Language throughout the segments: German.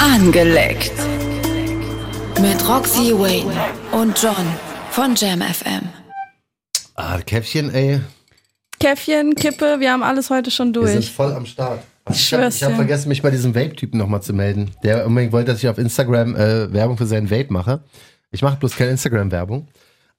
Angeleckt. Mit Roxy Wayne und John von Jam FM. Ah, Käffchen, ey. Käffchen, Kippe, wir haben alles heute schon Wir sind durch. voll am Start. Ich habe schwör's hab dir. vergessen, mich bei diesem Vape-Typen nochmal zu melden. Der unbedingt wollte, dass ich auf Instagram äh, Werbung für seinen Vape mache. Ich mache bloß keine Instagram-Werbung.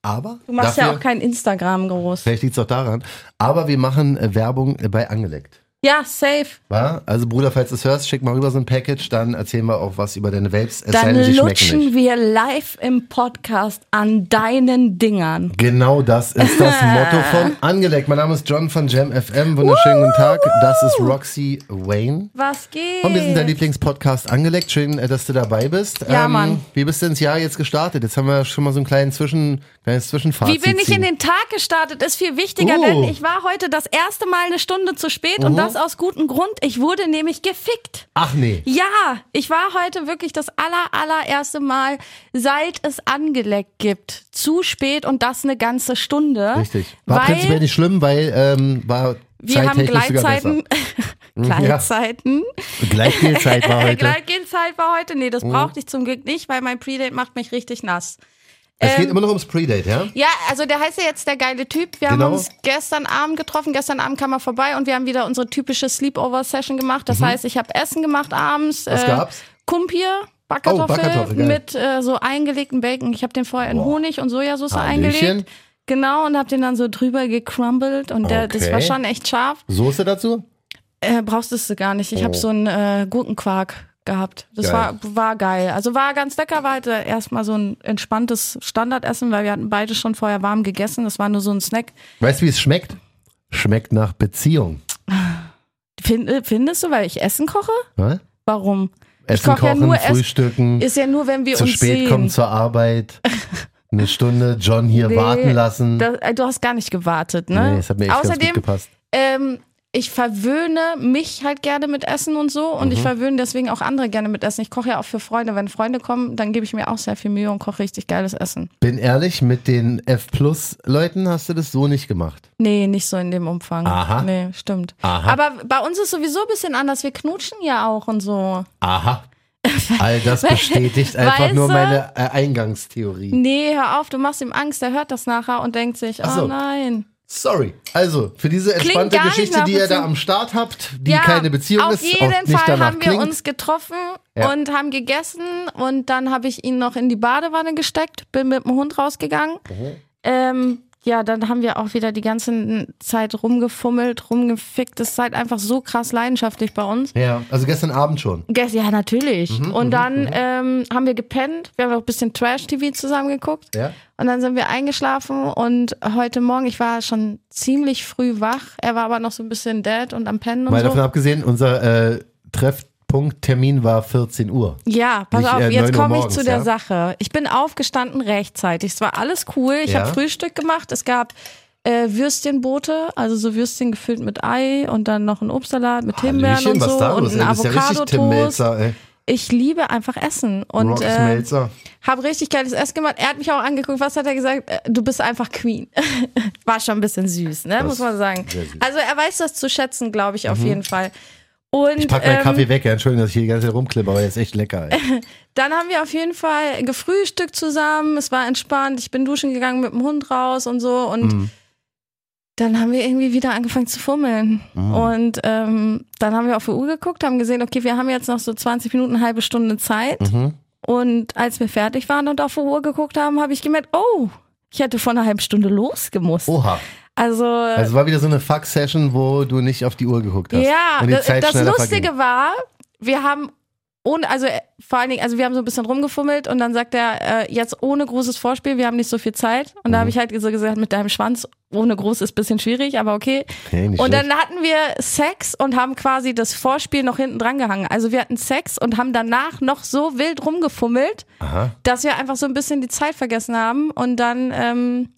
Aber Du machst dafür, ja auch kein Instagram groß. vielleicht liegt es auch daran. Aber wir machen äh, Werbung äh, bei Angeleckt. Ja, safe. Wa? Also Bruder, falls du es hörst, schick mal rüber so ein Package, dann erzählen wir auch was über deine Vapes. Es sei Dann denn, sie schmecken nicht. lutschen wir live im Podcast an deinen Dingern. Genau das ist das Motto von Angeleckt. Mein Name ist John von Jam FM. Wunderschönen guten Tag. Das ist Roxy Wayne. Was geht? Und wir sind dein Lieblingspodcast Angeleckt. Schön, äh, dass du dabei bist. Ähm, Ja, Mann. Wie bist du ins Jahr jetzt gestartet? Jetzt haben wir schon mal so ein kleinen Zwischen, kleines Zwischenfazit. Wie bin ich in ziehen. den Tag gestartet, ist viel wichtiger, Oh. denn ich war heute das erste Mal eine Stunde zu spät Uh-huh. und das aus gutem Grund. Ich wurde nämlich gefickt. Ach nee. Ja, ich war heute wirklich das aller, allererste Mal, seit es angeleckt gibt. Zu spät und das eine ganze Stunde. Richtig. War prinzipiell weil nicht schlimm, weil ähm, war wir haben zeittechnisch sogar Mhm, Gleitzeiten. Ja. Gleitzeiten. besser. Gleich viel Zeit war heute. Mhm. Gleitgehenzeit war heute. Nee, das brauchte ich zum Glück nicht, weil mein Predate macht mich richtig nass. es ähm. geht immer noch ums Predate, ja? Ja, also der heißt ja jetzt der geile Typ. Wir Genau. haben uns gestern Abend getroffen. Gestern Abend kam er vorbei und wir haben wieder unsere typische Sleepover-Session gemacht. Das heißt, ich habe Essen gemacht abends. Mhm. Was gab's? Kumpir, Backkartoffel, Oh, Backkartoffel, geil. mit äh, so eingelegten Bacon. Ich habe den vorher in Honig und Sojasauce Hallöchen. eingelegt. Genau, und habe den dann so drüber gecrumbled und der, das Okay. war schon echt scharf. Soße dazu? Äh, brauchst es gar nicht. Ich hab habe so einen äh, Gurkenquark gehabt. Das Oh. Geil. war war geil. Also war ganz lecker, war halt äh, erstmal so ein entspanntes Standardessen, weil wir hatten beide schon vorher warm gegessen. Das war nur so ein Snack. Weißt du, wie es schmeckt? Schmeckt nach Beziehung. Find, äh, findest du, weil ich Essen koche? Ne? Warum? ich Essen koche ja kochen, nur Essen. frühstücken, Ist ja nur, wenn wir zu uns spät sehen. kommen zur Arbeit, eine Stunde John hier Nee, warten lassen. Da, äh, du hast gar nicht gewartet, ne? nee, das hat mir echt ganz gut Außerdem, gepasst. ähm, ich verwöhne mich halt gerne mit Essen und so und Mhm. ich verwöhne deswegen auch andere gerne mit Essen. Ich koche ja auch für Freunde. Wenn Freunde kommen, dann gebe ich mir auch sehr viel Mühe und koche richtig geiles Essen. Bin ehrlich, mit den F-Plus-Leuten hast du das so nicht gemacht. Nee, nicht so in dem Umfang. Aha. Nee, stimmt. Aha. Aber bei uns ist sowieso ein bisschen anders. Wir knutschen ja auch und so. Aha. All das bestätigt einfach Weißt nur du? meine äh, Eingangstheorie. Nee, hör auf, du machst ihm Angst. Er hört das nachher und denkt sich, Ach so. oh nein. Sorry. Also, für diese entspannte gar nicht Geschichte, nach die ihr da Beziehung. am Start habt, die keine Beziehung auf ist, jeden auch nicht Fall danach haben wir klingt. uns getroffen Ja. und haben gegessen und dann habe ich ihn noch in die Badewanne gesteckt, bin mit dem Hund rausgegangen. Oh. Ähm, ja, dann haben wir auch wieder die ganze Zeit rumgefummelt, rumgefickt. Das ist halt einfach so krass leidenschaftlich bei uns. ja, also gestern Abend schon. Guess, ja, natürlich. Mhm, und dann ähm, haben wir gepennt. Wir haben auch ein bisschen Trash-TV zusammen geguckt. Ja. Und dann sind wir eingeschlafen und heute Morgen, ich war schon ziemlich früh wach. Er war aber noch so ein bisschen dead und am Pennen und Mal so. davon abgesehen, unser äh, Treffpunkttermin war 14 Uhr. Ja, pass Nicht, auf, äh, 9 jetzt Uhr komme ich morgens, zu der ja? Sache. Ich bin aufgestanden rechtzeitig. Es war alles cool. Ich Ja. habe Frühstück gemacht. Es gab äh, Würstchenboote, also so Würstchen gefüllt mit Ei und dann noch ein Obstsalat mit Himbeeren Hallöchen, und so und ein ey? Du bist ja richtig Tim Avocado-Toast. Melzer, ey. ich liebe einfach Essen und Rox äh, Melzer. habe richtig geiles Essen gemacht. Er hat mich auch angeguckt. Was hat er gesagt? Äh, Du bist einfach Queen. War schon ein bisschen süß, ne? Muss man sagen. sehr süß. Mhm. Also er weiß das zu schätzen, glaube ich, auf jeden Fall. Und Ich pack meinen ähm, Kaffee weg, ja. Entschuldigung, dass ich hier die ganze Zeit rumklippe, aber der ist echt lecker, ey. Dann haben wir auf jeden Fall gefrühstückt zusammen. Es war entspannt. Ich bin duschen gegangen mit dem Hund raus und so. Und dann haben wir irgendwie wieder angefangen zu fummeln. Und ähm, dann haben wir auf die Uhr geguckt, haben gesehen, okay, wir haben jetzt noch so 20 Minuten, eine halbe Stunde Zeit. Und als wir fertig waren und auf die Uhr geguckt haben, habe ich gemerkt, oh, ich hätte vor einer halben Stunde losgemusst. Oha. Also, Oh. Also war wieder so eine Fuck-Session, wo du nicht auf die Uhr geguckt hast. Ja, und die das, Zeit das schneller Lustige verging. war, wir haben ohne, also äh, vor allen Dingen, also wir haben so ein bisschen rumgefummelt und dann sagt er, äh, jetzt ohne großes Vorspiel, wir haben nicht so viel Zeit. Und Mhm. da habe ich halt so gesagt, mit deinem Schwanz ohne groß ist bisschen schwierig, aber okay. Okay, nicht und dann schlecht. hatten wir Sex und haben quasi das Vorspiel noch hinten dran gehangen. Also wir hatten Sex und haben danach noch so wild rumgefummelt, Aha. dass wir einfach so ein bisschen die Zeit vergessen haben und dann ähm,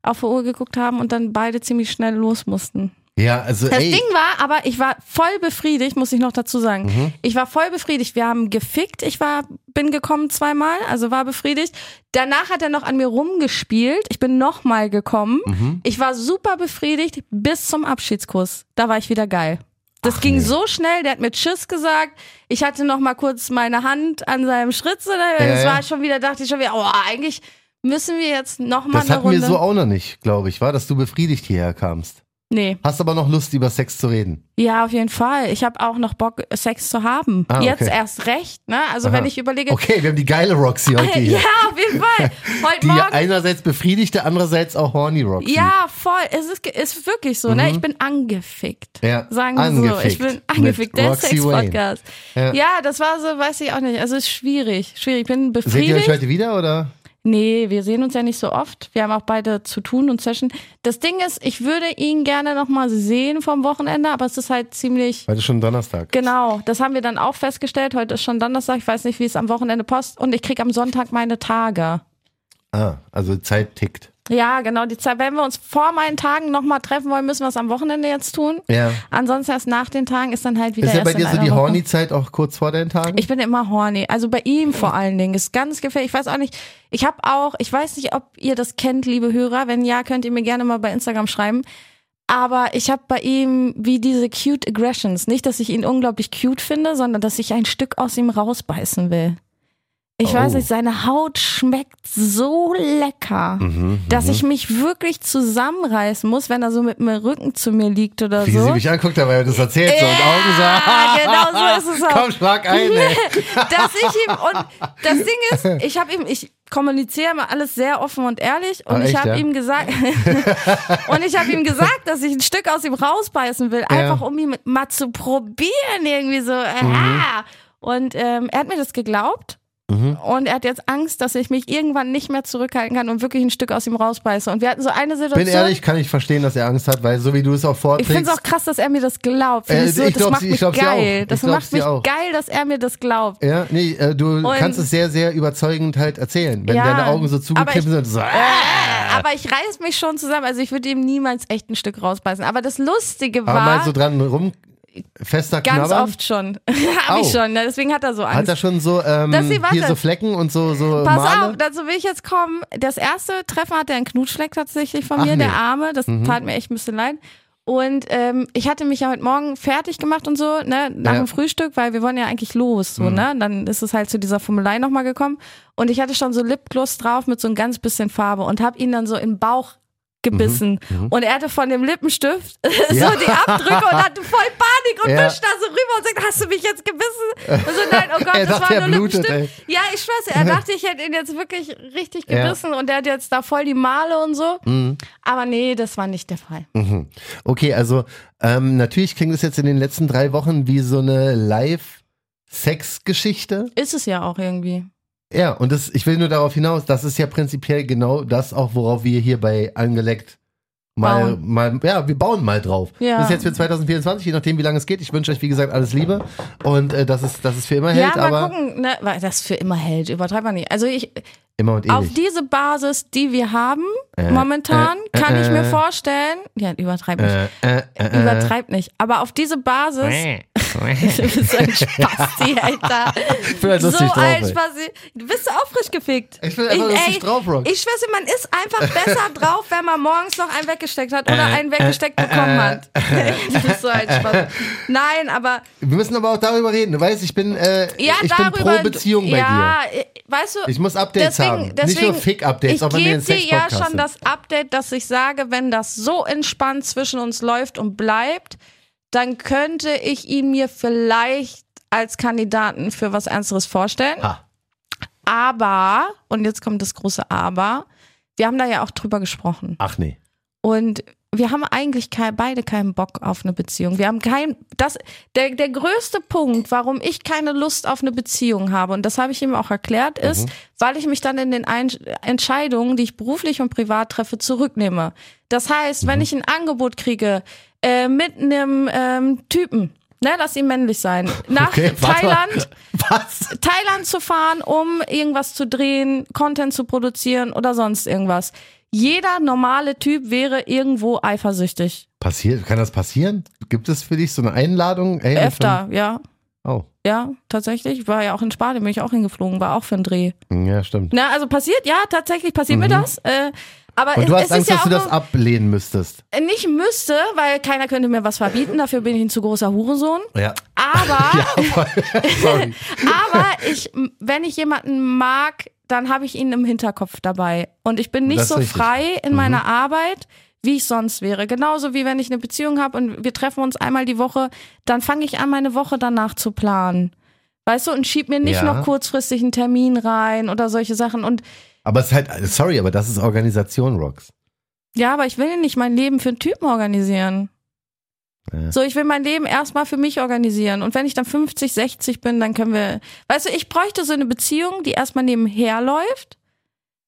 auf die Uhr geguckt haben und dann beide ziemlich schnell los mussten. Ja, also Das ey, Ding war, aber ich war voll befriedigt, muss ich noch dazu sagen. Mhm. Ich war voll befriedigt. Wir haben gefickt. Ich war, bin gekommen zweimal, also war befriedigt. Danach hat er noch an mir rumgespielt. Ich bin Mhm. nochmal gekommen. Ich war super befriedigt bis zum Abschiedskuss. Da war ich wieder geil. Das Ach, ging nee. so schnell, der hat mir Tschüss gesagt. Ich hatte noch mal kurz meine Hand an seinem Schritt. so, Ja, Das ja. war schon wieder, dachte ich schon wieder, oh, eigentlich müssen wir jetzt noch mal Das eine hatten wir Runde. so auch noch nicht, glaube ich, war, dass du befriedigt hierher kamst. nee, Hast aber noch Lust, über Sex zu reden. ja, auf jeden Fall. Ich habe auch noch Bock, Sex zu haben. Ah, okay. Jetzt erst recht, ne? Also Aha. wenn ich überlege, Okay, wir haben die geile Roxy heute hier. ja, auf jeden Fall. Heute Die Morgen einerseits befriedigte, andererseits auch horny Roxy. Ja, voll. Es ist, ge- ist wirklich so, ne? Ich bin angefickt. Mhm. Ja, Sagen wir so. angefickt. Ich bin angefickt. Mit Der Roxy Sex-Podcast. Wayne. Ja. das war so, weiß ich auch nicht. Also es ist schwierig. Schwierig. Ich bin Seht ihr euch befriedigt. heute wieder oder? Nee, wir sehen uns ja nicht so oft. Wir haben auch beide zu tun und Session. Das Ding ist, ich würde ihn gerne nochmal sehen vom Wochenende, aber es ist halt ziemlich. Heute ist schon Donnerstag. Genau, das haben wir dann auch festgestellt. Heute ist schon Donnerstag. Ich weiß nicht, wie es am Wochenende post. Und ich krieg am Sonntag meine Tage. Ah, also Zeit tickt. Ja, genau. Die Zeit, wenn wir uns vor meinen Tagen nochmal treffen wollen, müssen wir es am Wochenende jetzt tun. Ja. Ansonsten erst nach den Tagen ist dann halt wieder ist ja erst bei dir in so einer die Woche. Horny-Zeit auch kurz vor deinen Tagen? Ich bin immer horny. Also bei ihm vor allen Dingen. Ist ganz gefährlich. Ich weiß auch nicht. Ich habe auch, ich weiß nicht, ob ihr das kennt, liebe Hörer. Wenn ja, könnt ihr mir gerne mal bei Instagram schreiben. Aber ich habe bei ihm wie diese cute Aggressions. Nicht, dass ich ihn unglaublich cute finde, sondern dass ich ein Stück aus ihm rausbeißen will. Ich Oh. weiß nicht, seine Haut schmeckt so lecker, Mhm, dass ich mich wirklich zusammenreißen muss, wenn er so mit dem Rücken zu mir liegt oder Wie so. sie mich anguckt, dabei das erzählt so und Ja, Augen sah. genau so ist es auch. Komm, schlag ein, ey. dass ich ihm und das Ding ist, ich habe ihm, ich kommuniziere immer alles sehr offen und ehrlich und Ah, ich echt, habe ja? ihm gesagt und ich habe ihm gesagt, dass ich ein Stück aus ihm rausbeißen will, einfach um ihn mal zu probieren irgendwie so. Mhm. Ah. Und ähm, er hat mir das geglaubt. Und er hat jetzt Angst, dass ich mich irgendwann nicht mehr zurückhalten kann und wirklich ein Stück aus ihm rausbeiße. Und wir hatten so eine Situation. Bin ehrlich, kann ich verstehen, dass er Angst hat, weil so wie du es auch Ich vorträgst. finde es auch krass, dass er mir das glaubt. Find Äh, ich so, ich das glaub's- macht ich mich glaub's ja auch. geil. Ich Das glaub's macht dir mich auch. geil, dass er mir das glaubt. ja, nee, äh, du Und- kannst es sehr, sehr überzeugend halt erzählen. Wenn Ja, deine Augen so zugeknipst aber Äh, sind, so, äh, Aber ich reiß mich schon zusammen. Also ich würde ihm niemals echt ein Stück rausbeißen. Aber das Lustige aber war mal so dran rum, fester ganz Knabbern. oft schon. Hab Au. ich schon. ne? Deswegen hat er so Hat Angst. er schon so, ähm, Dass sie- warte. hier so Flecken und so, so Pass Male? auf, dazu will ich jetzt kommen. Das erste Treffen hat er einen Knutschleck tatsächlich von Ach, mir, nee. Mhm. der Arme. Das tat mir echt ein bisschen leid. Und ähm, ich hatte mich ja heute Morgen fertig gemacht und so, ne, nach Ja. Mhm. dem Frühstück, weil wir wollen ja eigentlich los, so, ne? Dann ist es halt zu dieser Formelei nochmal gekommen. Und ich hatte schon so Lipgloss drauf mit so ein ganz bisschen Farbe und habe ihn dann so im Bauch gebissen. Und er hatte von dem Lippenstift Mhm. Ja. so die Abdrücke und hatte voll Panik und Ja. wischt da so rüber und sagt, hast du mich jetzt gebissen? Und so, nein, oh Gott, Er das dachte, war er nur blutet, Lippenstift. ey. Ja, ich schwör's, dir, er dachte, ich hätte ihn jetzt wirklich richtig Ja. gebissen und er hat jetzt da voll die Male und so. Aber nee, das war nicht der Fall. Mhm. Okay, also ähm, natürlich klingt es jetzt in den letzten drei Wochen wie so eine Live-Sex-Geschichte. Ist es ja auch irgendwie. Ja, und das, ich will nur darauf hinaus, das ist ja prinzipiell genau das auch, worauf wir hier bei Angeleckt mal, Bauen. mal ja, wir bauen mal drauf. Ja. Das ist jetzt für 2024, je nachdem, wie lange es geht. Ich wünsche euch, wie gesagt, alles Liebe und äh, dass, es, dass es für immer hält, ja, mal aber gucken, ne, weil das für immer hält, übertreib mal nicht. Also ich, immer und auf ewig. diese Basis, die wir haben, momentan, äh, kann ich mir äh. vorstellen, ja, übertreib nicht, Äh, äh, äh, übertreib nicht, aber auf diese Basis, du bist so ein Spasti, Alter. ich bin halt so lustig drauf. ein ey. Spasti. Du bist auch frisch gefickt. Ich bin einfach lustig ey, drauf, Rock. Ich schwör's dir, man ist einfach besser drauf, wenn man morgens noch einen weggesteckt hat Äh, oder einen weggesteckt bekommen hat. das ist so ein Spaß. Nein, aber Wir müssen aber auch darüber reden. Du weißt, ich bin, äh, ja, ich bin darüber. pro Beziehung bei dir. ja, äh, weißt du. Ich muss Updates haben. Nicht nur Fick-Updates, ich auch wenn wir ein geb dir ja Sex-Podcast schon sind. das Update, dass ich sage, wenn das so entspannt zwischen uns läuft und bleibt, dann könnte ich ihn mir vielleicht als Kandidaten für was Ernsteres vorstellen. Ha. Aber, und jetzt kommt das große Aber, wir haben da ja auch drüber gesprochen. Ach nee. Und wir haben eigentlich kein, beide keinen Bock auf eine Beziehung. Wir haben kein, das, der, der größte Punkt, warum ich keine Lust auf eine Beziehung habe, und das habe ich ihm auch erklärt, ist, Mhm. weil ich mich dann in den Ein Entscheidungen, die ich beruflich und privat treffe, zurücknehme. Das heißt, Mhm. wenn ich ein Angebot kriege, äh, mit einem ähm, Typen, ne, lass ihn männlich sein, nach Okay, warte mal. Thailand, Was? Thailand zu fahren, um irgendwas zu drehen, Content zu produzieren oder sonst irgendwas. Jeder normale Typ wäre irgendwo eifersüchtig. Passiert, kann das passieren? Gibt es für dich so eine Einladung? Ey, Öfter, ja. Oh. ja, tatsächlich. Ich war ja auch in Spanien, bin ich auch hingeflogen, war auch für einen Dreh. Oh, Ja, stimmt. Na, also passiert, ja, tatsächlich passiert mir das. Äh, aber Mhm. Und du es, hast es Angst, ist ja dass auch du das nur- ablehnen müsstest. nicht müsste, weil keiner könnte mir was verbieten, dafür bin ich ein zu großer Hurensohn. Ja. Aber, Ja, voll. sorry. aber ich, wenn ich jemanden mag, dann habe ich ihn im Hinterkopf dabei. Und ich bin nicht Das ist so richtig. Mhm. frei in meiner Arbeit, wie ich sonst wäre. Genauso wie wenn ich eine Beziehung habe und wir treffen uns einmal die Woche, dann fange ich an, meine Woche danach zu planen. Weißt du, und schieb mir nicht Ja. noch kurzfristig einen Termin rein oder solche Sachen. Und Aber es ist halt, sorry, aber das ist Organisation, Rocks. Ja, aber ich will nicht mein Leben für einen Typen organisieren. Ja. So, ich will mein Leben erstmal für mich organisieren. Und wenn ich dann 50, 60 bin, dann können wir. Weißt du, ich bräuchte so eine Beziehung, die erstmal nebenher läuft.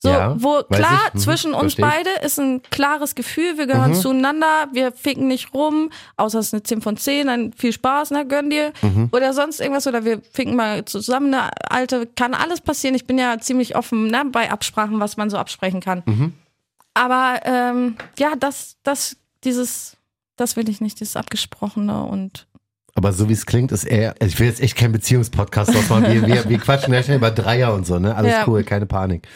So, Ja, wo weiß klar, ich. Mhm, zwischen uns versteh ich. Mhm. beide ist ein klares Gefühl, wir gehören zueinander, wir ficken nicht rum, außer es ist eine 10 von 10, dann viel Spaß, na, gönn dir. Mhm. Oder sonst irgendwas, oder wir ficken mal zusammen eine alte, kann alles passieren. Ich bin ja ziemlich offen ne, bei Absprachen, was man so absprechen kann. Mhm. Aber ähm, ja, das, das, dieses, das will ich nicht, dieses Abgesprochene und Aber so wie es klingt, ist eher, ich will jetzt echt keinen Beziehungspodcast ausmachen. Wir, wir, wir quatschen ja schnell über Dreier und so, ne? Alles Ja. cool, keine Panik.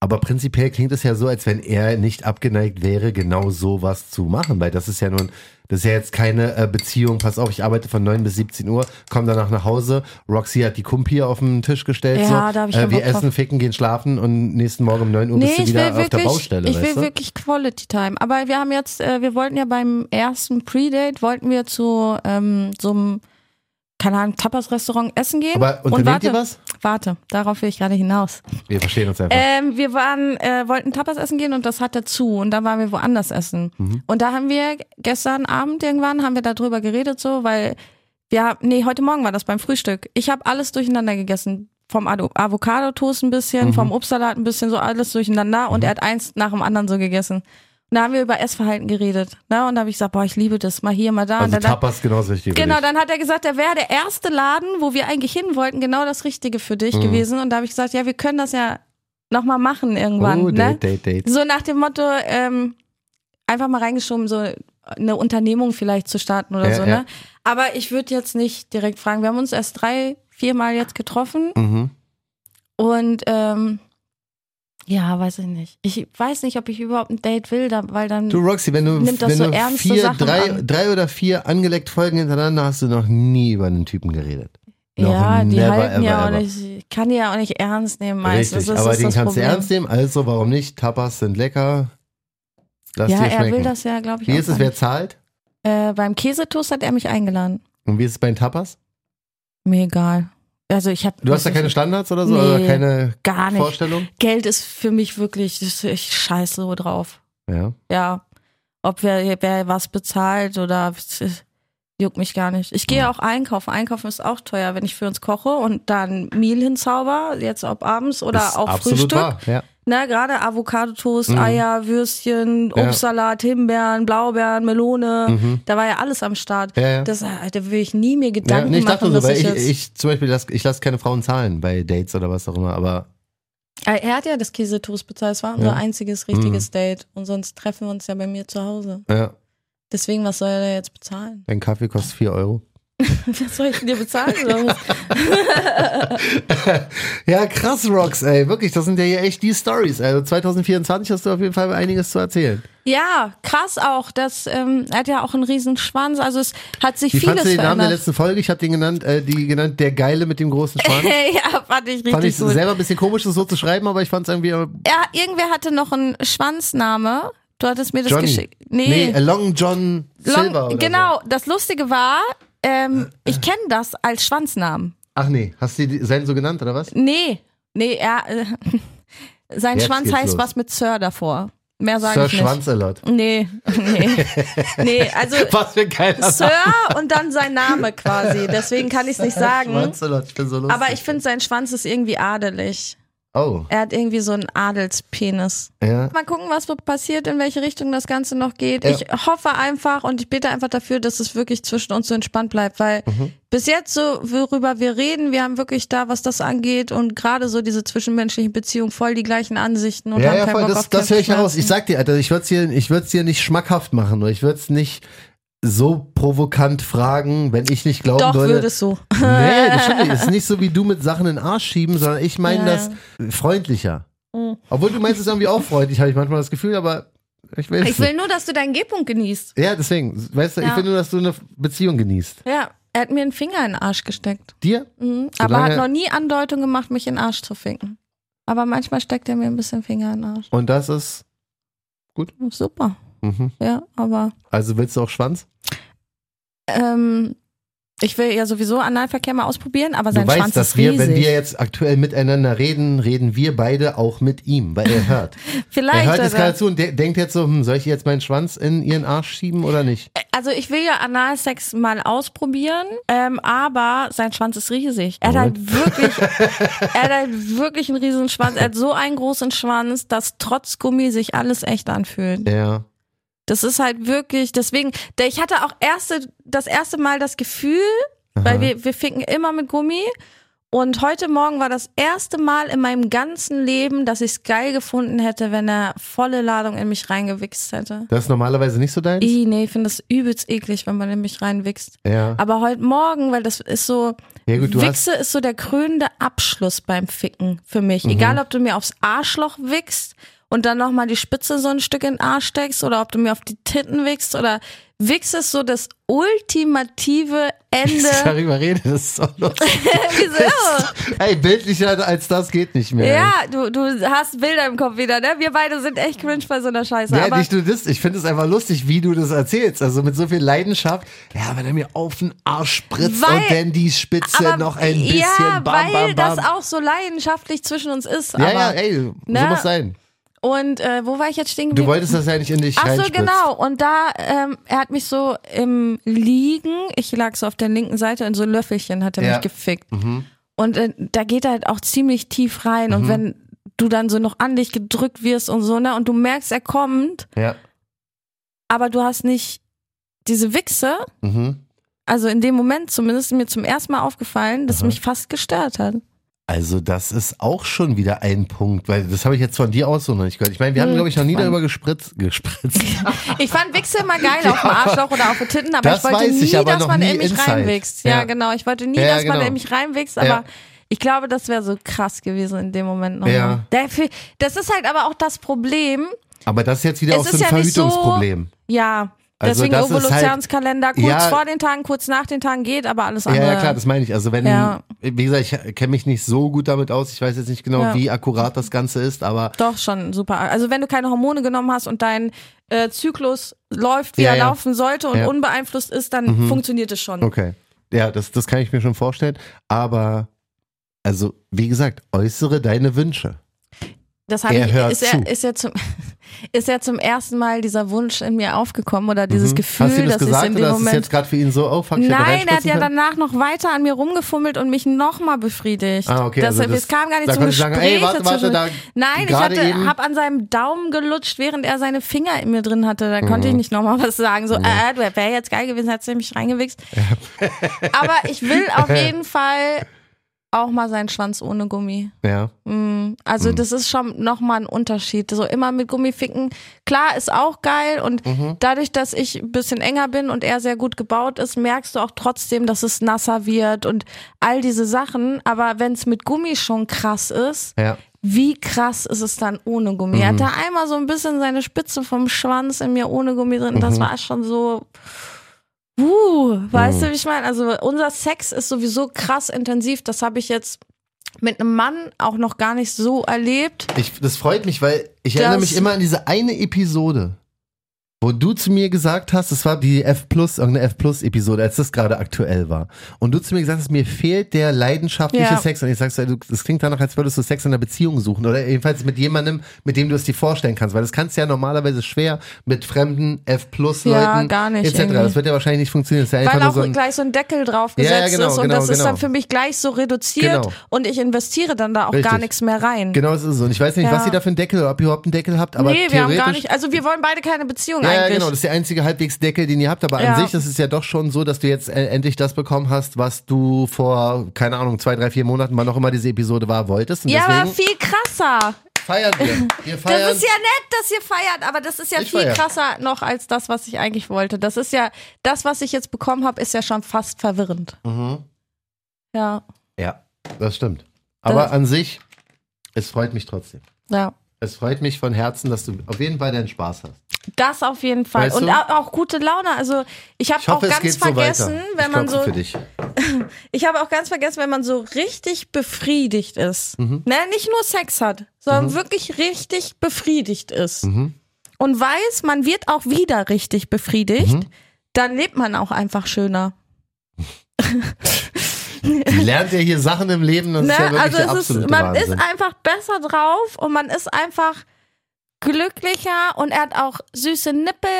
Aber prinzipiell klingt es ja so, als wenn er nicht abgeneigt wäre, genau sowas zu machen, weil das ist ja nun, das ist ja jetzt keine äh, Beziehung. Pass auf, ich arbeite von 9 bis 17 Uhr, komme danach nach Hause. Roxy hat die Kumpi auf den Tisch gestellt. Ja, so. da hab ich äh, schon Wir Bock drauf. essen, ficken, gehen schlafen und nächsten Morgen um 9 Uhr bist du ich wieder will auf der wirklich, Baustelle, ich will weißt du? wirklich Quality Time. Aber wir haben jetzt, äh, wir wollten ja beim ersten Pre-Date, wollten wir zu ähm, so einem, keine Ahnung, Tapas-Restaurant essen gehen. Aber und unternehmt warte, ihr was? warte, darauf will ich gerade hinaus. Wir verstehen uns einfach. Ähm, wir waren, äh, wollten Tapas essen gehen und das hat dazu. Und dann waren wir woanders essen. Und da haben wir gestern Abend irgendwann haben wir darüber geredet so, weil ja, nee, heute Morgen war das beim Frühstück. Ich habe alles durcheinander gegessen. Vom Ado- Avocado-Toast ein bisschen, vom Obstsalat ein bisschen, so alles durcheinander. Und er hat eins nach dem anderen so gegessen. Und da haben wir über Essverhalten geredet. Ne? Und da habe ich gesagt, boah, ich liebe das. Mal hier, mal da. also und dann, Tapas genauso richtig. Genau, dann hat er gesagt, er wäre der erste Laden, wo wir eigentlich hin wollten, genau das Richtige für dich Mhm. gewesen. Und da habe ich gesagt, ja, wir können das ja nochmal machen irgendwann. Oh, ne? Date, Date, Date. So nach dem Motto, ähm, einfach mal reingeschoben, so eine Unternehmung vielleicht zu starten oder Ja, so. ja. Ne? Aber ich würde jetzt nicht direkt fragen. Wir haben uns erst drei, viermal jetzt getroffen Mhm. und ähm, ja, weiß ich nicht. Ich weiß nicht, ob ich überhaupt ein Date will, da, weil dann. Du Roxy, wenn du, Nimmt das wenn so du ernste vier, Sachen drei, an. drei oder vier angeleckt Folgen hintereinander hast du noch nie über einen Typen geredet. Noch ja, die never, halten ever, ja auch ever. nicht, ich kann die ja auch nicht ernst nehmen meistens. Richtig, das aber ist den das kannst Problem. du ernst nehmen, also warum nicht? Tapas sind lecker. Lass Ja, dir schmecken. er will das ja, glaube ich, wie auch ist es, gar wer nicht. zahlt? äh, Beim Käsetoast hat er mich eingeladen. Und wie ist es bei den Tapas? Mir egal. Also ich habe Du hast da keine Standards oder so? Nee, oder keine gar nicht. Vorstellung? Geld ist für mich wirklich, das- ich scheiße so drauf. Ja. Ja. Ob wer, wer was bezahlt oder juckt mich gar nicht. Ich gehe auch einkaufen. Einkaufen ist auch teuer, wenn ich für uns koche und dann Meal hinzauber, jetzt ob abends oder ist auch absolut Frühstück. Wahr. Ja. Ne, gerade Avocadotoast, Eier, Würstchen, Ja. Mhm. Obstsalat, Himbeeren, Blaubeeren, Melone. Da war ja alles am Start. Ja, ja. Das, äh, da will ich nie mir Ja, Gedanken nee, ich dachte machen, so, dass weil ich, ich, jetzt. ich, zum Beispiel lass, ich lasse keine Frauen zahlen bei Dates oder was auch immer, aber Äh, er hat ja das Käsetoast bezahlt. Es war unser einziges richtiges Mhm. Date. Und sonst treffen wir uns ja bei mir zu Hause. ja, Deswegen, was soll er da jetzt bezahlen? dein Kaffee kostet 4 Euro. Was soll ich denn dir bezahlen? Oder was? Ja, krass, Rox, ey. Wirklich, das sind ja hier echt die Stories. Also 2024 hast du auf jeden Fall einiges zu erzählen. ja, krass auch. Das ähm, er hat ja auch einen riesen Schwanz. Also es hat sich Wie vieles fandst du den Namen der verändert. letzten Folge? Ich habe den genannt, äh, die genannt Der Geile mit dem großen Schwanz. ja, fand ich richtig Fand ich gut. selber ein bisschen komisch, das so zu schreiben, aber ich fand es irgendwie. äh, Ja, irgendwer hatte noch einen Schwanzname. Du hattest mir das Johnny. geschickt. Nee, äh, Long John Long- Silver. oder So. genau. Das Lustige war, ähm, ich kenne das als Schwanznamen. Ach nee, hast du die- seinen so genannt oder was? Nee, nee, er, äh, sein Jetzt Schwanz geht's heißt los. was mit Sir davor. Mehr sage Sir ich nicht. Schwanz a lot. Nee, nee, nee, also Was für ein geiler Name. Sir und dann sein Name quasi. Deswegen kann ich es nicht sagen. Schwanz a lot, ich bin so lustig. Aber ich finde, sein Schwanz ist irgendwie adelig. Oh, Er hat irgendwie so einen Adelspenis. ja. Mal gucken, was so passiert, in welche Richtung das Ganze noch geht. Ja. Ich hoffe einfach und ich bete einfach dafür, dass es wirklich zwischen uns so entspannt bleibt, weil Mhm. bis jetzt so, worüber wir reden, wir haben wirklich da, was das angeht und gerade so diese zwischenmenschlichen Beziehungen voll die gleichen Ansichten und Ja, haben ja, keinen voll, Bock das, auf das höre ich Kämpfen. heraus. Ich sag dir, Alter, ich würde es dir, ich würd's dir nicht schmackhaft machen oder ich würde es nicht so provokant fragen, wenn ich nicht glauben Doch, würde. würdest du. Nee, das stimmt nicht. Es ist nicht so wie du mit Sachen in den Arsch schieben, sondern ich meine Ja. das freundlicher. Mhm. Obwohl du meinst es irgendwie auch freundlich, habe ich manchmal das Gefühl, aber ich will es Ich nicht. will nur, dass du deinen G-Punkt genießt. Ja, deswegen, weißt du, ich Ja. will nur, dass du eine Beziehung genießt. Ja, er hat mir einen Finger in den Arsch gesteckt. Dir? Mhm. Aber hat Solange- noch nie Andeutung gemacht, mich in den Arsch zu ficken. Aber manchmal steckt er mir ein bisschen Finger in den Arsch. Und das ist, Super, mhm. ja, aber also willst du auch Schwanz? ähm, ich will ja sowieso Analverkehr mal ausprobieren, aber Du sein Also Schwanz weißt, dass ist wir, riesig. wenn wir jetzt aktuell miteinander reden, reden wir beide auch mit ihm, weil er hört. er Vielleicht, äh, hört jetzt aber- gerade zu und de denkt jetzt so, hm, soll ich jetzt meinen Schwanz in ihren Arsch schieben oder nicht? also ich will ja Analsex mal ausprobieren, ähm, aber sein Schwanz ist riesig. Er hat halt wirklich, er hat halt wirklich einen riesen Schwanz. Er hat so einen großen Schwanz, dass trotz Gummi sich alles echt anfühlt. Ja. Das ist halt wirklich, deswegen, der- ich hatte auch erste, das erste Mal das Gefühl, weil wir, wir ficken immer mit Gummi. Und heute Morgen war das erste Mal in meinem ganzen Leben, dass ich es geil gefunden hätte, wenn er volle Ladung in mich reingewichst hätte. Das ist normalerweise nicht so deins? I, nee, ich finde das übelst eklig, wenn man in mich reinwichst. ja. Aber heute Morgen, weil das ist so, Ja, gut, du hast. Wichse ist so der krönende Abschluss beim Ficken für mich. Mhm. Egal, ob du mir aufs Arschloch wichst und dann nochmal die Spitze so ein Stück in den Arsch steckst oder ob du mir auf die Titten wichst oder Wichse ist so das ultimative Wenn ich Ende. darüber rede, das ist so lustig. Wieso? Ey, bildlicher als das geht nicht mehr. Ja, du, du hast Bilder im Kopf wieder, ne? Wir beide sind echt cringe bei so einer Scheiße. Ja, aber nicht nur das, ich finde es einfach lustig, wie du das erzählst. Also mit so viel Leidenschaft. Ja, wenn er mir auf den Arsch spritzt Weil- und dann die Spitze aber noch ein bisschen ja, bam, bam, weil bam. das auch so leidenschaftlich zwischen uns ist. ja, aber, ja, ey, so Na, muss sein. Und äh, wo war ich jetzt stehen Du geblieben? wolltest das ja nicht in dich Ach so, reinspritzt. genau. Und da, ähm, er hat mich so im Liegen, ich lag so auf der linken Seite in so Löffelchen hat er Ja. Mhm. mich gefickt. Und äh, da geht er halt auch ziemlich tief rein. Und wenn du dann so noch an dich gedrückt wirst und so, ne, und du merkst, er kommt, Ja. aber du hast nicht diese Wichse, Mhm. also in dem Moment zumindest ist mir zum ersten Mal aufgefallen, dass mich fast gestört hat. Also das ist auch schon wieder ein Punkt, weil das habe ich jetzt von dir aus so noch nicht gehört. Ich meine, wir Hm, haben, glaube ich, noch nie darüber gespritzt. gespritzt. Ich fand Wichse immer geil auf dem Arschloch oder auf den Titten, aber Das ich wollte weiß nie, ich, aber dass noch man nie in mich Inside. reinwächst. Ja, Ja. genau. Ich wollte nie, Ja, dass man genau. in mich reinwächst, aber Ja. ich glaube, das wäre so krass gewesen in dem Moment nochmal. Ja. Dafür, das ist halt aber auch das Problem. Aber das ist jetzt wieder Es auch so ein ist ja nicht so- Verhütungsproblem. Ja. Also Deswegen das ist Evolutionskalender, kurz Ja. vor den Tagen, kurz nach den Tagen geht, aber alles Ja, andere. ja, klar, das meine ich. Also wenn, Ja. wie gesagt, ich kenne mich nicht so gut damit aus. Ich weiß jetzt nicht genau, Ja. wie akkurat das Ganze ist, aber Doch, schon super. Also wenn du keine Hormone genommen hast und dein äh, Zyklus läuft, wie Ja, er ja. laufen sollte und Ja. Mhm. unbeeinflusst ist, dann funktioniert es schon. okay. Ja, das, das kann ich mir schon vorstellen. Aber, also, wie gesagt, äußere deine Wünsche. Das habe Er ich, hört ist, ja, zu. ist, ja zum, ist ja zum ersten Mal dieser Wunsch in mir aufgekommen oder dieses Gefühl, Mhm. Hm? Hast du ihm das dass ich gesagt in oder dem ist es Moment. jetzt gerade für ihn so, oh fuck, ich hätte Nein, er hat reinspritzen ja können? danach noch weiter an mir rumgefummelt und mich nochmal befriedigt. Ah, okay, das, also das- es kam gar nicht da zum konntest du Gespräch. sagen, ey, warte, warte, dazwischen. da- Nein, ich gerade hatte, eben- hab an seinem Daumen gelutscht, während er seine Finger in mir drin hatte. Da konnte Mhm. ich nicht nochmal was sagen. So, äh, du wäre jetzt geil gewesen, hättest du mich reingewichst. Aber ich will auf jeden Fall auch mal seinen Schwanz ohne Gummi. Ja, Mm, Also das ist schon nochmal ein Unterschied. So immer mit Gummificken, klar, ist auch geil. Und dadurch, dass ich ein bisschen enger bin und er sehr gut gebaut ist, merkst du auch trotzdem, dass es nasser wird und all diese Sachen. Aber wenn es mit Gummi schon krass ist, ja. wie krass ist es dann ohne Gummi? Mhm. Er hatte einmal so ein bisschen seine Spitze vom Schwanz in mir ohne Gummi drin. Mhm. Das war schon so. Uh, weißt Mhm. du, wie ich meine? Also unser Sex ist sowieso krass intensiv. Das habe ich jetzt mit einem Mann auch noch gar nicht so erlebt. Ich, das freut mich, weil ich erinnere Das- mich immer an diese eine Episode, wo du zu mir gesagt hast, es war die F Plus, irgendeine F Plus Episode, als das gerade aktuell war. Und du zu mir gesagt hast, mir fehlt der leidenschaftliche Ja. Sex. Und ich sagst, du, das klingt danach, als würdest du Sex in einer Beziehung suchen oder jedenfalls mit jemandem, mit dem du es dir vorstellen kannst, weil das kannst du ja normalerweise schwer mit fremden F Plus Leuten Ja, gar nicht etc. irgendwie. Das wird ja wahrscheinlich nicht funktionieren. Das ist ja einfach Weil nur auch so ein, gleich so ein Deckel draufgesetzt Ja, ja, genau, ist und genau, das ist genau. dann für mich gleich so reduziert Genau. und ich investiere dann da auch Richtig. gar nichts mehr rein. genau das ist es. Und ich weiß nicht, Ja. was ihr da für einen Deckel oder ob ihr überhaupt einen Deckel habt, aber nee, theoretisch wir haben gar nicht, also wir wollen beide keine Beziehung Ja, ja, eigentlich. genau, das ist der einzige halbwegs Deckel, den ihr habt. Aber Ja. an sich ist es ja doch schon so, dass du jetzt äh, endlich das bekommen hast, was du vor, keine Ahnung, zwei, drei, vier Monaten, wann auch immer diese Episode war, wolltest. Und ja, aber deswegen, viel krasser. feiern wir. Wir feiern. Das ist ja nett, dass ihr feiert, aber das ist ja Ich viel feier. krasser noch als das, was ich eigentlich wollte. Das ist ja, das, was ich jetzt bekommen habe, ist ja schon fast verwirrend. Mhm. Ja, Ja, das stimmt. Aber Das- an sich, es freut mich trotzdem. ja. Es freut mich von Herzen, dass du auf jeden Fall deinen Spaß hast. Das auf jeden Fall. Weißt und du? au- auch gute Laune. Also ich habe Ich auch hoffe, es ganz geht so weiter. vergessen, Ich wenn man klopfe so. für dich. Ich habe auch ganz vergessen, wenn man so richtig befriedigt ist. Mhm. Ne? Nicht nur Sex hat, sondern wirklich richtig befriedigt ist. Mhm. Und weiß, man wird auch wieder richtig befriedigt, Mhm. dann lebt man auch einfach schöner. Die lernt ja hier Sachen im Leben, das ist ja Ne? wirklich Also der es absolute ist, man Wahnsinn. ist einfach besser drauf und man ist einfach glücklicher und er hat auch süße Nippel.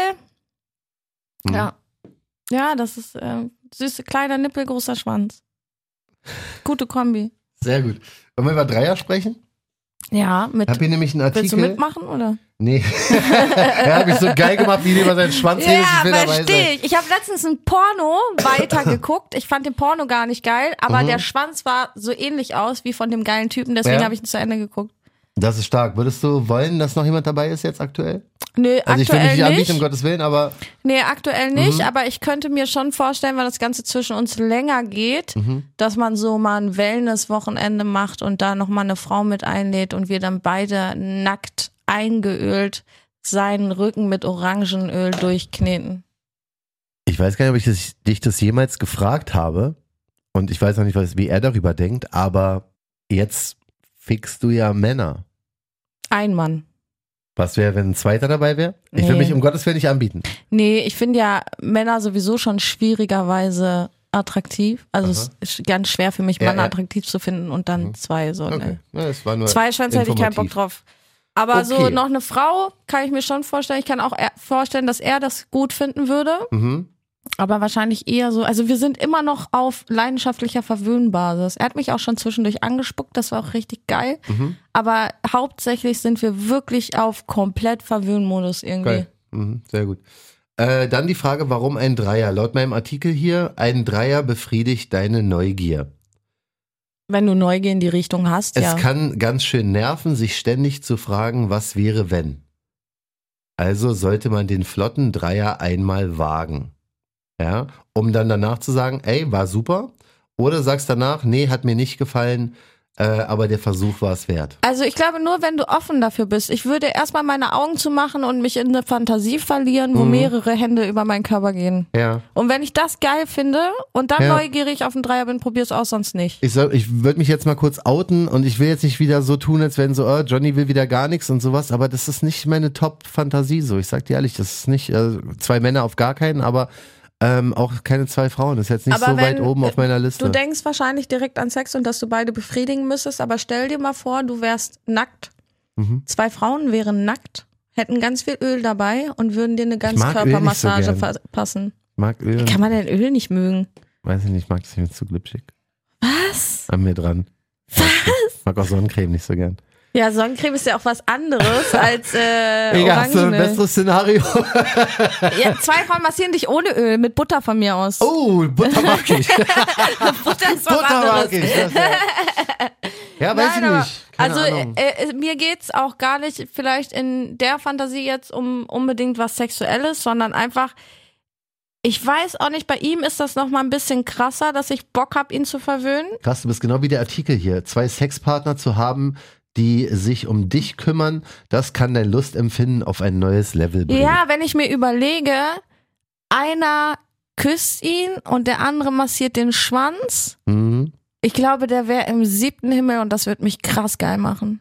Mhm. Ja. Ja, das ist äh, süße kleiner Nippel, großer Schwanz. Gute Kombi. Sehr gut. Wollen wir über Dreier sprechen? Ja, mit. Ich habe hier nämlich einen Willst du Artikel. mitmachen oder? Nee. er hat mich so geil gemacht, wie jemand seinen Schwanz hebt. Ich will dabei sein. verstehe ich. Ich habe letztens ein Porno weitergeguckt. Ich fand den Porno gar nicht geil, aber Mhm. der Schwanz war so ähnlich aus wie von dem geilen Typen, deswegen Ja. habe ich ihn zu Ende geguckt. Das ist stark. Würdest du wollen, dass noch jemand dabei ist jetzt aktuell? Nö, Also ich will mich aktuell nicht nicht. anbieten, um Gottes Willen, aber Nee, aktuell nicht, Mhm. aber ich könnte mir schon vorstellen, weil das Ganze zwischen uns länger geht, mhm. dass man so mal ein Wellness-Wochenende macht und da nochmal eine Frau mit einlädt und wir dann beide nackt eingeölt seinen Rücken mit Orangenöl durchkneten. ich weiß gar nicht, ob ich das, dich das jemals gefragt habe. Und ich weiß noch nicht, was, wie er darüber denkt, aber jetzt fickst du ja Männer. Ein Mann. Was wäre, wenn ein zweiter dabei wäre? Ich will Nee. mich um Gottes Willen nicht anbieten. Nee, ich finde ja Männer sowieso schon schwierigerweise attraktiv. Also es Aha. ist ganz schwer für mich, Ja, Männer ja. attraktiv zu finden und dann Mhm. zwei so. Ne? Na, das war nur Zwei Schwänze hätte ich keinen Bock informativ. drauf. Aber so Okay. noch eine Frau kann ich mir schon vorstellen. Ich kann auch er- vorstellen, dass er das gut finden würde. Mhm. Aber wahrscheinlich eher so. Also wir sind immer noch auf leidenschaftlicher Verwöhnbasis. Er hat mich auch schon zwischendurch angespuckt. Das war auch richtig geil. Mhm. Aber hauptsächlich sind wir wirklich auf komplett Verwöhnmodus irgendwie. Geil. Mhm, sehr gut. Äh, dann die Frage, warum ein Dreier? Laut meinem Artikel hier, ein Dreier befriedigt deine Neugier. Wenn du Neugier in die Richtung hast, Es ja. kann ganz schön nerven, sich ständig zu fragen, was wäre wenn. Also sollte man den flotten Dreier einmal wagen. Ja, um dann danach zu sagen, ey, war super. Oder sagst danach, nee, hat mir nicht gefallen, äh, aber der Versuch war es wert. Also ich glaube nur, wenn du offen dafür bist. Ich würde erstmal meine Augen zumachen und mich in eine Fantasie verlieren, wo Mhm. mehrere Hände über meinen Körper gehen. Ja. Und wenn ich das geil finde und dann Ja. neugierig auf den Dreier bin, probier's aus, sonst nicht. Ich, soll- ich würde mich jetzt mal kurz outen und ich will jetzt nicht wieder so tun, als wenn so, oh, Johnny will wieder gar nichts und sowas, aber das ist nicht meine Top-Fantasie so. Ich sag dir ehrlich, das ist nicht äh, zwei Männer auf gar keinen, aber ähm, auch keine zwei Frauen. Das ist jetzt nicht Aber so weit wenn, oben auf äh, meiner Liste. Du denkst wahrscheinlich direkt an Sex und dass du beide befriedigen müsstest, aber stell dir mal vor, du wärst nackt. Mhm. Zwei Frauen wären nackt, hätten ganz viel Öl dabei und würden dir eine mag Öl nicht so Ganzkörpermassage gern. verpassen. mag Öl, Kann man denn Öl nicht mögen? äh, weiß ich nicht, mag das nicht zu glitschig. Was? An mir dran. Was? Mag auch Sonnencreme nicht so gern. Ja, Sonnencreme ist ja auch was anderes als äh, Egal, hast du ein Orangenöl. besseres Szenario? Ja, zwei Frauen massieren dich ohne Öl, mit Butter von mir aus. oh, Butter mag ich. Butter ist was Butter anderes. mag ich. Das, ja. ja, weiß Nein, aber- ich nicht. Keine also Ahnung. äh, äh, mir geht's auch gar nicht vielleicht in der Fantasie jetzt um unbedingt was Sexuelles, sondern einfach, ich weiß auch nicht, bei ihm ist das nochmal ein bisschen krasser, dass ich Bock hab, ihn zu verwöhnen. Krass, du bist genau wie der Artikel hier. Zwei Sexpartner zu haben, die sich um dich kümmern, das kann dein Lustempfinden auf ein neues Level bringen. Ja, wenn ich mir überlege, einer küsst ihn und der andere massiert den Schwanz. Mhm. Ich glaube, der wäre im siebten Himmel und das wird mich krass geil machen.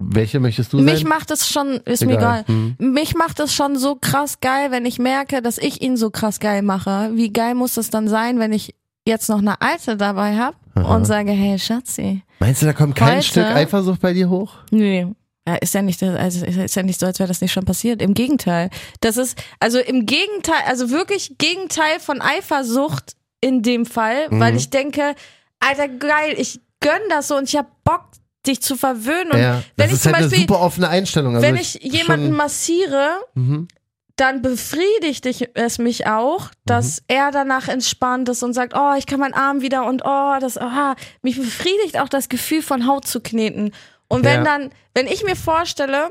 Welche möchtest du Mich sein? macht es schon, ist mir egal. Mhm. Mich macht es schon so krass geil, wenn ich merke, dass ich ihn so krass geil mache. Wie geil muss das dann sein, wenn ich jetzt noch eine alte dabei habe Aha. und sage, hey Schatzi. Meinst du, da kommt kein Heute- Stück Eifersucht bei dir hoch? Nee. Ja, ist ja nicht, also ist ja nicht so, als wäre das nicht schon passiert. Im Gegenteil. Das ist, also im Gegenteil, also wirklich Gegenteil von Eifersucht in dem Fall, Mhm. weil ich denke, Alter, geil, ich gönn das so und ich hab Bock, dich zu verwöhnen. Und Ja, wenn das ich ist zum halt Beispiel, eine super offene Einstellung. Also wenn ich jemanden schon- massiere, Mhm. dann befriedigt ich- es mich auch, Mhm. dass er danach entspannt ist und sagt, oh, ich kann meinen Arm wieder und oh, das, ah, mich befriedigt auch das Gefühl von Haut zu kneten. Und Ja. wenn dann, wenn ich mir vorstelle,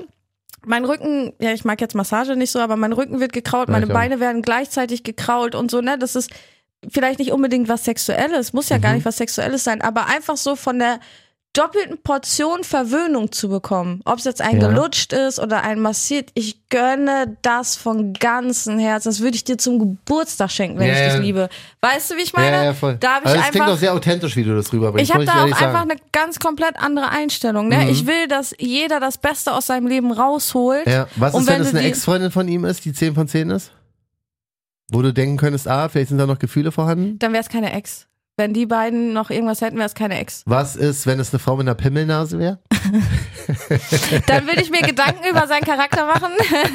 mein Rücken, ja, ich mag jetzt Massage nicht so, aber mein Rücken wird gekraut, Ja, meine ich auch. Beine werden gleichzeitig gekraut und so, ne? Das ist vielleicht nicht unbedingt was Sexuelles, muss ja Mhm. gar nicht was Sexuelles sein, aber einfach so von der doppelten Portion Verwöhnung zu bekommen. Ob es jetzt ein Ja. gelutscht ist oder ein massiert, ich gönne das von ganzem Herzen. Das würde ich dir zum Geburtstag schenken, wenn Ja, ich ja. dich liebe. Weißt du, wie ich meine? Ja, ja, voll. Da habe ich also das klingt einfach auch sehr authentisch, wie du das rüberbringst. ich habe muss da auch ehrlich einfach sagen. Mhm. eine ganz komplett andere Einstellung. Ne? Ich will, dass jeder das Beste aus seinem Leben rausholt. Ja. Was Und ist, wenn wenn es du eine die- Ex-Freundin von ihm ist, die 10 von 10 ist? Wo du denken könntest, ah, vielleicht sind da noch Gefühle vorhanden? Dann wäre es keine Ex. Wenn die beiden noch irgendwas hätten, wäre es keine Ex. Was ist, wenn es eine Frau mit einer Pimmelnase wäre? Dann würde ich mir Gedanken über seinen Charakter machen,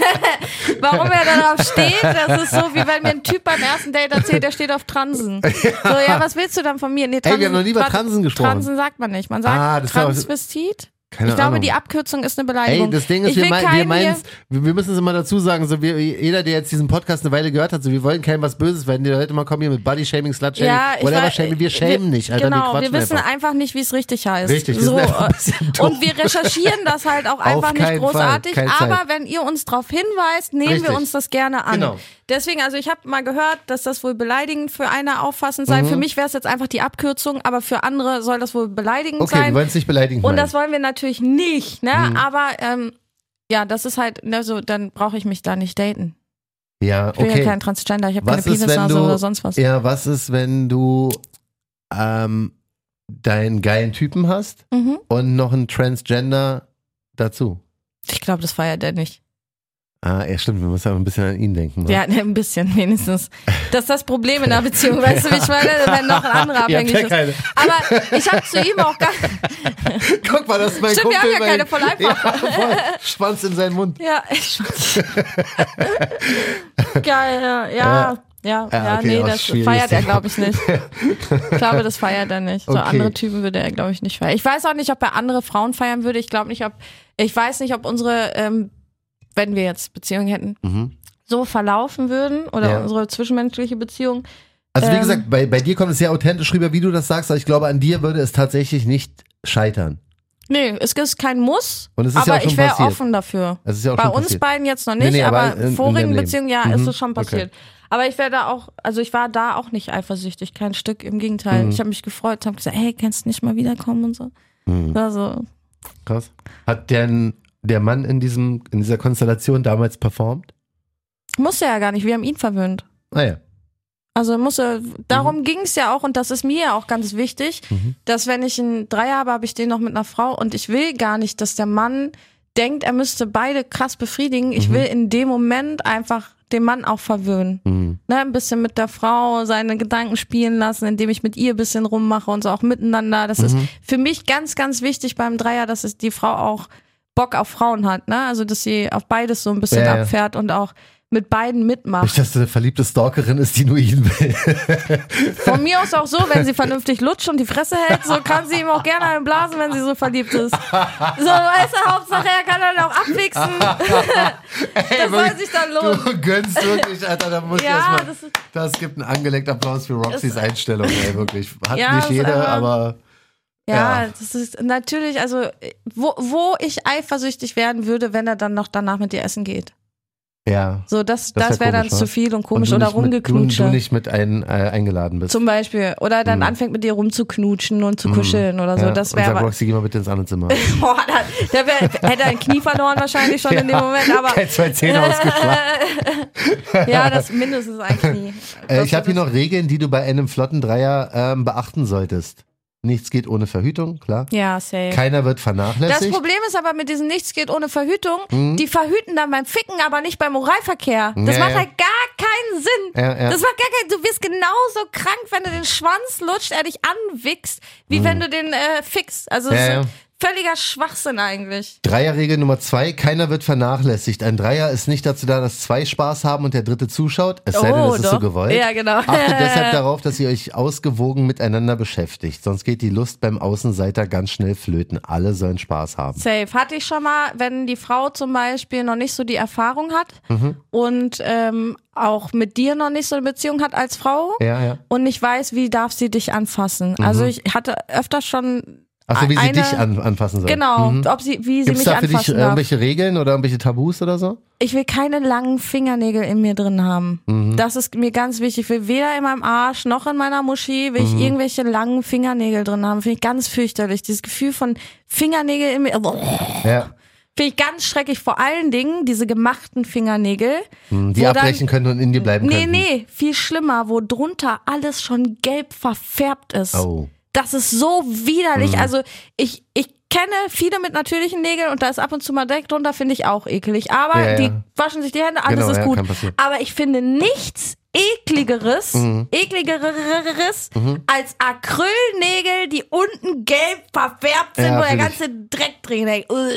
warum er darauf steht. Das ist so, wie wenn mir ein Typ beim ersten Date erzählt, der steht auf Transen. So, ja, was willst du dann von mir? Nee, Ey, wir haben noch nie über Tran- Transen gesprochen. Transen sagt man nicht. Man sagt Ah, das war- Transvestit. Keine ich glaube, Ahnung. die Abkürzung ist eine Beleidigung. Ey, das Ding ist, ich wir, will mein, keinen wir hier- meinen, wir müssen es immer dazu sagen, so wir, jeder, der jetzt diesen Podcast eine Weile gehört hat, so wir wollen keinem was Böses, wenn die Leute mal kommen hier mit Body-Shaming, Slut-Shaming, Ja, ich whatever war- Shaming, wir schämen nicht, Alter, genau, wir wir quatschen wissen einfach. einfach, nicht, wie es richtig heißt. Richtig, wir so, sind einfach ein äh, bisschen doof. und wir recherchieren das halt auch Auf einfach nicht keinen Fall, großartig, keine aber Zeit. wenn ihr uns darauf hinweist, nehmen Richtig. wir uns das gerne an. Genau. Deswegen, also ich habe mal gehört, dass das wohl beleidigend für eine auffassend sein. Mhm. Für mich wäre es jetzt einfach die Abkürzung, aber für andere soll das wohl beleidigend Okay, Mhm. wir sein. wollen es nicht beleidigen. Und meinen. das wollen wir natürlich nicht, ne? Aber ähm, ja, das ist halt, ne, so, dann brauche ich mich da nicht daten. ja, Ich bin ja okay. kein Transgender, ich habe keine Was ist, wenn Penisnase du, oder sonst was. ja, was ist, wenn du, ähm, deinen geilen Typen hast Mhm. und noch einen Transgender dazu? Ich glaube, das feiert er nicht. Ah, ja, stimmt, wir müssen aber ein bisschen an ihn denken. ne? Ja, ne, ein bisschen wenigstens. Das ist das Problem in einer Beziehung, weißt du, wie ich meine, wenn noch ein anderer Ja, abhängig der ist. Geile. Aber ich habe zu ihm auch gar Guck mal, das ist mein Stimmt, Kumpel. wir haben ja mein- keine Volleinfach. Ja, voll. Schwanz in seinen Mund. Ja, ich Geil, ja, ja, ja, Ja, Ah, ja okay, nee, auch das schwieriges feiert er, Thema. glaube ich, nicht. Ich glaube, das feiert er nicht. So Okay. andere Typen würde er, glaube ich, nicht feiern. Ich weiß auch nicht, ob er andere Frauen feiern würde. Ich glaube nicht, ob, ich weiß nicht, ob unsere, ähm, wenn wir jetzt Beziehungen hätten, Mhm. so verlaufen würden oder Ja. unsere zwischenmenschliche Beziehung, Also wie Ähm. gesagt, bei, bei dir kommt es sehr authentisch rüber, wie du das sagst, aber ich glaube, an dir würde es tatsächlich nicht scheitern. Nee, es ist kein Muss, Und es ist ja aber auch schon ich wäre passiert. offen dafür. Das ist ja auch Bei schon uns passiert. beiden jetzt noch Nee, nicht, nee, aber in- aber in deinem vorigen Leben. Beziehungen, ja, Mhm, ist es schon okay. passiert. Aber ich wäre da auch, also ich war da auch nicht eifersüchtig, kein Stück, im Mhm. Gegenteil. Ich habe mich gefreut, habe gesagt, hey, kannst du nicht mal wiederkommen und so. Also, Mhm. Krass. Hat denn der Mann in, diesem, in dieser Konstellation damals performt? Ah musste ja gar nicht, wir haben ihn verwöhnt. Naja. Also musste, darum Mhm. ging's ja auch und das ist mir ja auch ganz wichtig, dass wenn ich einen Dreier habe, habe ich den noch mit einer Frau und ich will gar nicht, dass der Mann denkt, er müsste beide krass befriedigen. Ich will in dem Moment einfach den Mann auch verwöhnen. Mhm. Ne, ein bisschen mit der Frau seine Gedanken spielen lassen, indem ich mit ihr ein bisschen rummache und so auch miteinander. Das Mhm. ist für mich ganz, ganz wichtig beim Dreier, dass es die Frau auch Bock auf Frauen hat. Ne? Also, dass sie auf beides so ein bisschen Ja, ja. abfährt und auch mit beiden mitmacht. Nicht, dass du eine verliebte Stalkerin ist, die nur ihn will. Von mir aus auch so, wenn sie vernünftig lutscht und die Fresse hält, so kann sie ihm auch gerne einen blasen, wenn sie so verliebt ist. So, weißt du, Hauptsache er kann dann auch abwichsen. das soll sich dann lohnen. Du gönnst wirklich, Alter, da muss Ja, ich erstmal. Das, das ist- gibt einen angelegten Applaus für Roxys Einstellung, ey, wirklich. Hat Ja, nicht das ist jeder, einfach- aber. Ja, Ja. das ist natürlich, also, wo, wo ich eifersüchtig werden würde, wenn er dann noch danach mit dir essen geht. Ja. So, das, Das das, wär wäre dann komisch, wa? zu viel und komisch Und du oder nicht mit- du, du rumgeknutsche. nicht mit ein, äh, eingeladen bist. Zum Beispiel. Oder dann anfängt mit dir rumzuknutschen und zu kuscheln oder Hm. so. Ja, also Das und wäre sag, aber. Roxy, geh mal bitte ins andere Zimmer. Boah, da, da wär, hätte er ein Knie verloren wahrscheinlich schon in dem Moment, aber. Kein zwei Zähne ausgeschlagen. Ja, das mindestens ein Knie. Äh, ich habe hier noch Regeln, die du bei einem flotten Dreier ähm, beachten solltest. Nichts geht ohne Verhütung, klar. Ja, safe. Keiner wird das vernachlässigt. Problem ist aber mit diesem Nichts geht ohne Verhütung, die verhüten dann beim Ficken, aber nicht beim Oralverkehr. Das Hm? Ja, macht ja. halt gar keinen Sinn. Ja, ja. Das macht gar keinen Du wirst genauso krank, wenn du den Schwanz lutscht, er dich anwichst, wie wenn du den äh, fickst. Also das Ja, Hm. ja. ist ein völliger Schwachsinn eigentlich. Dreierregel Nummer zwei, keiner wird vernachlässigt. Ein Dreier ist nicht dazu da, dass zwei Spaß haben und der dritte zuschaut, es sei denn, Oh, es ist so doch. gewollt. Ja, genau. Achtet deshalb darauf, dass ihr euch ausgewogen miteinander beschäftigt, sonst geht die Lust beim Außenseiter ganz schnell flöten. Alle sollen Spaß haben. Safe. Hatte ich schon mal, wenn die Frau zum Beispiel noch nicht so die Erfahrung hat Mhm. und ähm, auch mit dir noch nicht so eine Beziehung hat als Frau Ja, ja. und nicht weiß, wie darf sie dich anfassen. Also ich hatte öfter schon Achso, wie sie eine- dich an, anfassen soll. Genau, ob sie, wie sie Gibt es mich Mhm. da für dich äh, anfassen darf. irgendwelche Regeln oder irgendwelche Tabus oder so? Ich will keine langen Fingernägel in mir drin haben. Mhm. Das ist mir ganz wichtig. Ich will weder in meinem Arsch noch in meiner Muschi will Mhm. ich irgendwelche langen Fingernägel drin haben. Finde ich ganz fürchterlich. Dieses Gefühl von Fingernägel in mir. also, Ja. Finde ich ganz schrecklich. Vor allen Dingen diese gemachten Fingernägel. Mhm, Die wo abbrechen können und in dir bleiben Nee, können. nee, viel schlimmer, wo drunter alles schon gelb verfärbt ist. Oh. Das ist so widerlich. Mhm. Also ich, ich kenne viele mit natürlichen Nägeln und da ist ab und zu mal Dreck drunter, finde ich auch eklig. Aber Ja, ja. die waschen sich die Hände, alles Genau, ist ja, gut. kann passieren. Mhm. Aber ich finde nichts ekligeres, ekligeres als Acrylnägel, die unten gelb verfärbt sind, Ja, wo der fühl ich. ganze Dreck drin hängt. Uah.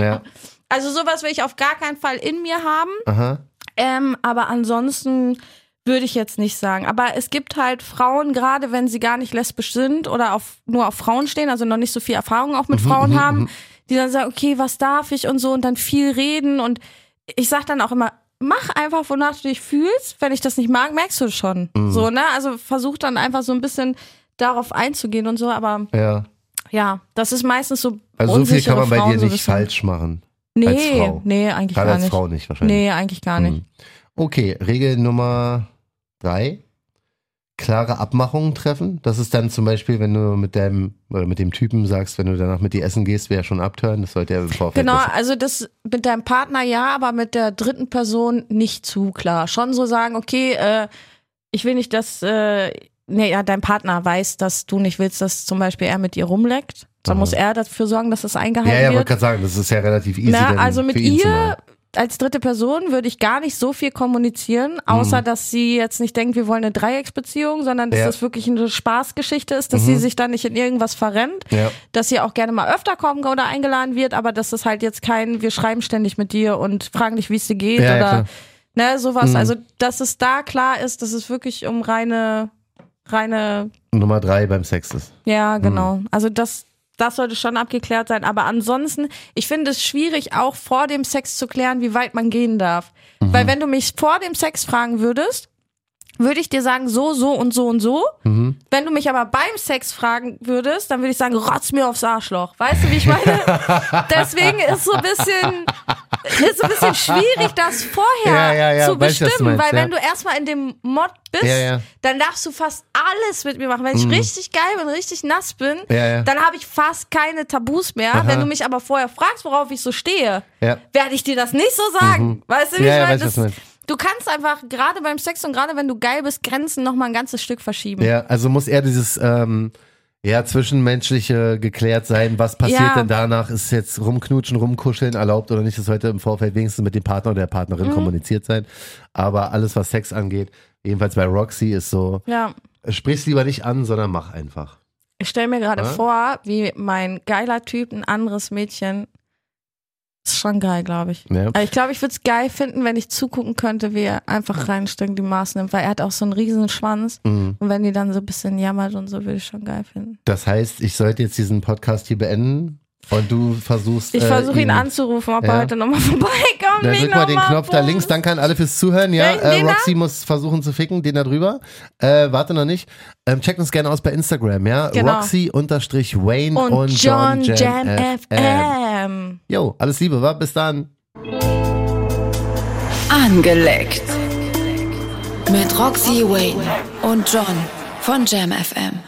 Ja. Also sowas will ich auf gar keinen Fall in mir haben. Aha. Ähm, aber ansonsten würde ich jetzt nicht sagen. Aber es gibt halt Frauen, gerade wenn sie gar nicht lesbisch sind oder auf, nur auf Frauen stehen, also noch nicht so viel Erfahrung auch Mhm, mit Frauen haben, die dann sagen, okay, was darf ich und so und dann viel reden. Und ich sag dann auch immer, mach einfach, wonach du dich fühlst. Wenn ich das nicht mag, merkst du schon. Mhm. So, ne? Also versuch dann einfach so ein bisschen darauf einzugehen und so. Aber Ja. ja, das ist meistens so. Also so viel unsichere kann man bei Frauen so dir ein nicht bisschen. falsch machen. Nee, als Frau. nee, eigentlich Gerade gar als nicht. Frau nicht wahrscheinlich. nee, eigentlich gar nicht. Mhm. Okay, Regel Nummer drei. Klare Abmachungen treffen. Das ist dann zum Beispiel, wenn du mit deinem oder mit dem Typen sagst, wenn du danach mit dir essen gehst, wäre schon abtören. Das sollte er im Vorfeld Genau, wissen. also das mit deinem Partner ja, aber mit der dritten Person nicht zu klar. Schon so sagen, okay, äh, ich will nicht, dass, äh, nee, ja, dein Partner weiß, dass du nicht willst, dass zum Beispiel er mit ihr rumleckt. Dann Aha. muss er dafür sorgen, dass das eingehalten Ja, ja, wird. wollte gerade sagen, das ist ja relativ easy. Na, dann also mit für ihn ihr zumal. als dritte Person würde ich gar nicht so viel kommunizieren, außer dass sie jetzt nicht denkt, wir wollen eine Dreiecksbeziehung, sondern dass Hm. Ja. Mhm. das wirklich eine Spaßgeschichte ist, dass sie sich da nicht in irgendwas verrennt, Ja. dass sie auch gerne mal öfter kommen oder eingeladen wird, aber dass das halt jetzt kein, wir schreiben ständig mit dir und fragen dich, wie es dir geht Ja, ja, oder klar. Mhm. ne, sowas. Also, dass es da klar ist, dass es wirklich um reine, reine Nummer drei beim Sex ist. ja, genau. Also das, das sollte schon abgeklärt sein. Aber ansonsten, ich finde es schwierig, auch vor dem Sex zu klären, wie weit man gehen darf. Mhm. Weil wenn du mich vor dem Sex fragen würdest, würde ich dir sagen, so, so und so und so. Mhm. Wenn du mich aber beim Sex fragen würdest, dann würde ich sagen, rotz mir aufs Arschloch. Weißt du, wie ich meine? Deswegen ist so ein bisschen, ist so ein bisschen schwierig, das Ja, vorher ja, ja, weiß, zu was du bestimmen. meinst, weil ja. wenn du erstmal in dem Mod bist, Ja, ja. dann darfst du fast alles mit mir machen. Wenn ich richtig geil bin, richtig nass bin, Hm. Ja, ja. dann habe ich fast keine Tabus mehr. Aha. Wenn du mich aber vorher fragst, worauf ich so stehe, Ja. werde ich dir das nicht so sagen. Weißt du, wie Mhm. Ja, ja, ich meine? weiß, was du Das- meinst. du kannst einfach gerade beim Sex und gerade wenn du geil bist, Grenzen nochmal ein ganzes Stück verschieben. Ja, also muss er dieses ähm, ja, zwischenmenschliche geklärt sein, was passiert Ja. denn danach? Ist jetzt rumknutschen, rumkuscheln erlaubt oder nicht? Das sollte im Vorfeld wenigstens mit dem Partner oder der Partnerin Mhm. kommuniziert sein. Aber alles, was Sex angeht, jedenfalls bei Roxy, ist so, ja. sprich's lieber nicht an, sondern mach einfach. Ich stelle mir gerade Ja. vor, wie mein geiler Typ ein anderes Mädchen. Ist schon geil, glaube ich. Ja. Aber ich glaube, ich würde es geil finden, wenn ich zugucken könnte, wie er einfach reinsteckt die Maß nimmt, weil er hat auch so einen riesen Schwanz. Mhm. Und wenn die dann so ein bisschen jammert und so, würde ich schon geil finden. Das heißt, ich sollte jetzt diesen Podcast hier beenden und du versuchst. Ich äh, versuche ihn anzurufen, ob Ja. er heute nochmal vorbeikommt. Dann mich drück mal noch den Knopf da links. bumst. Danke an alle fürs Zuhören. Ja, Welchen, äh, den da? Roxy muss versuchen zu ficken, den da drüber. Äh, warte noch nicht. Ähm, checkt uns gerne aus bei Instagram, ja? Genau. Roxy unterstrich Wayne und, Und, John, John Jam, FM. FM. Jo, alles Liebe, wa? Bis dann. Angeleckt. Mit Roxy Wayne und John von Jam FM.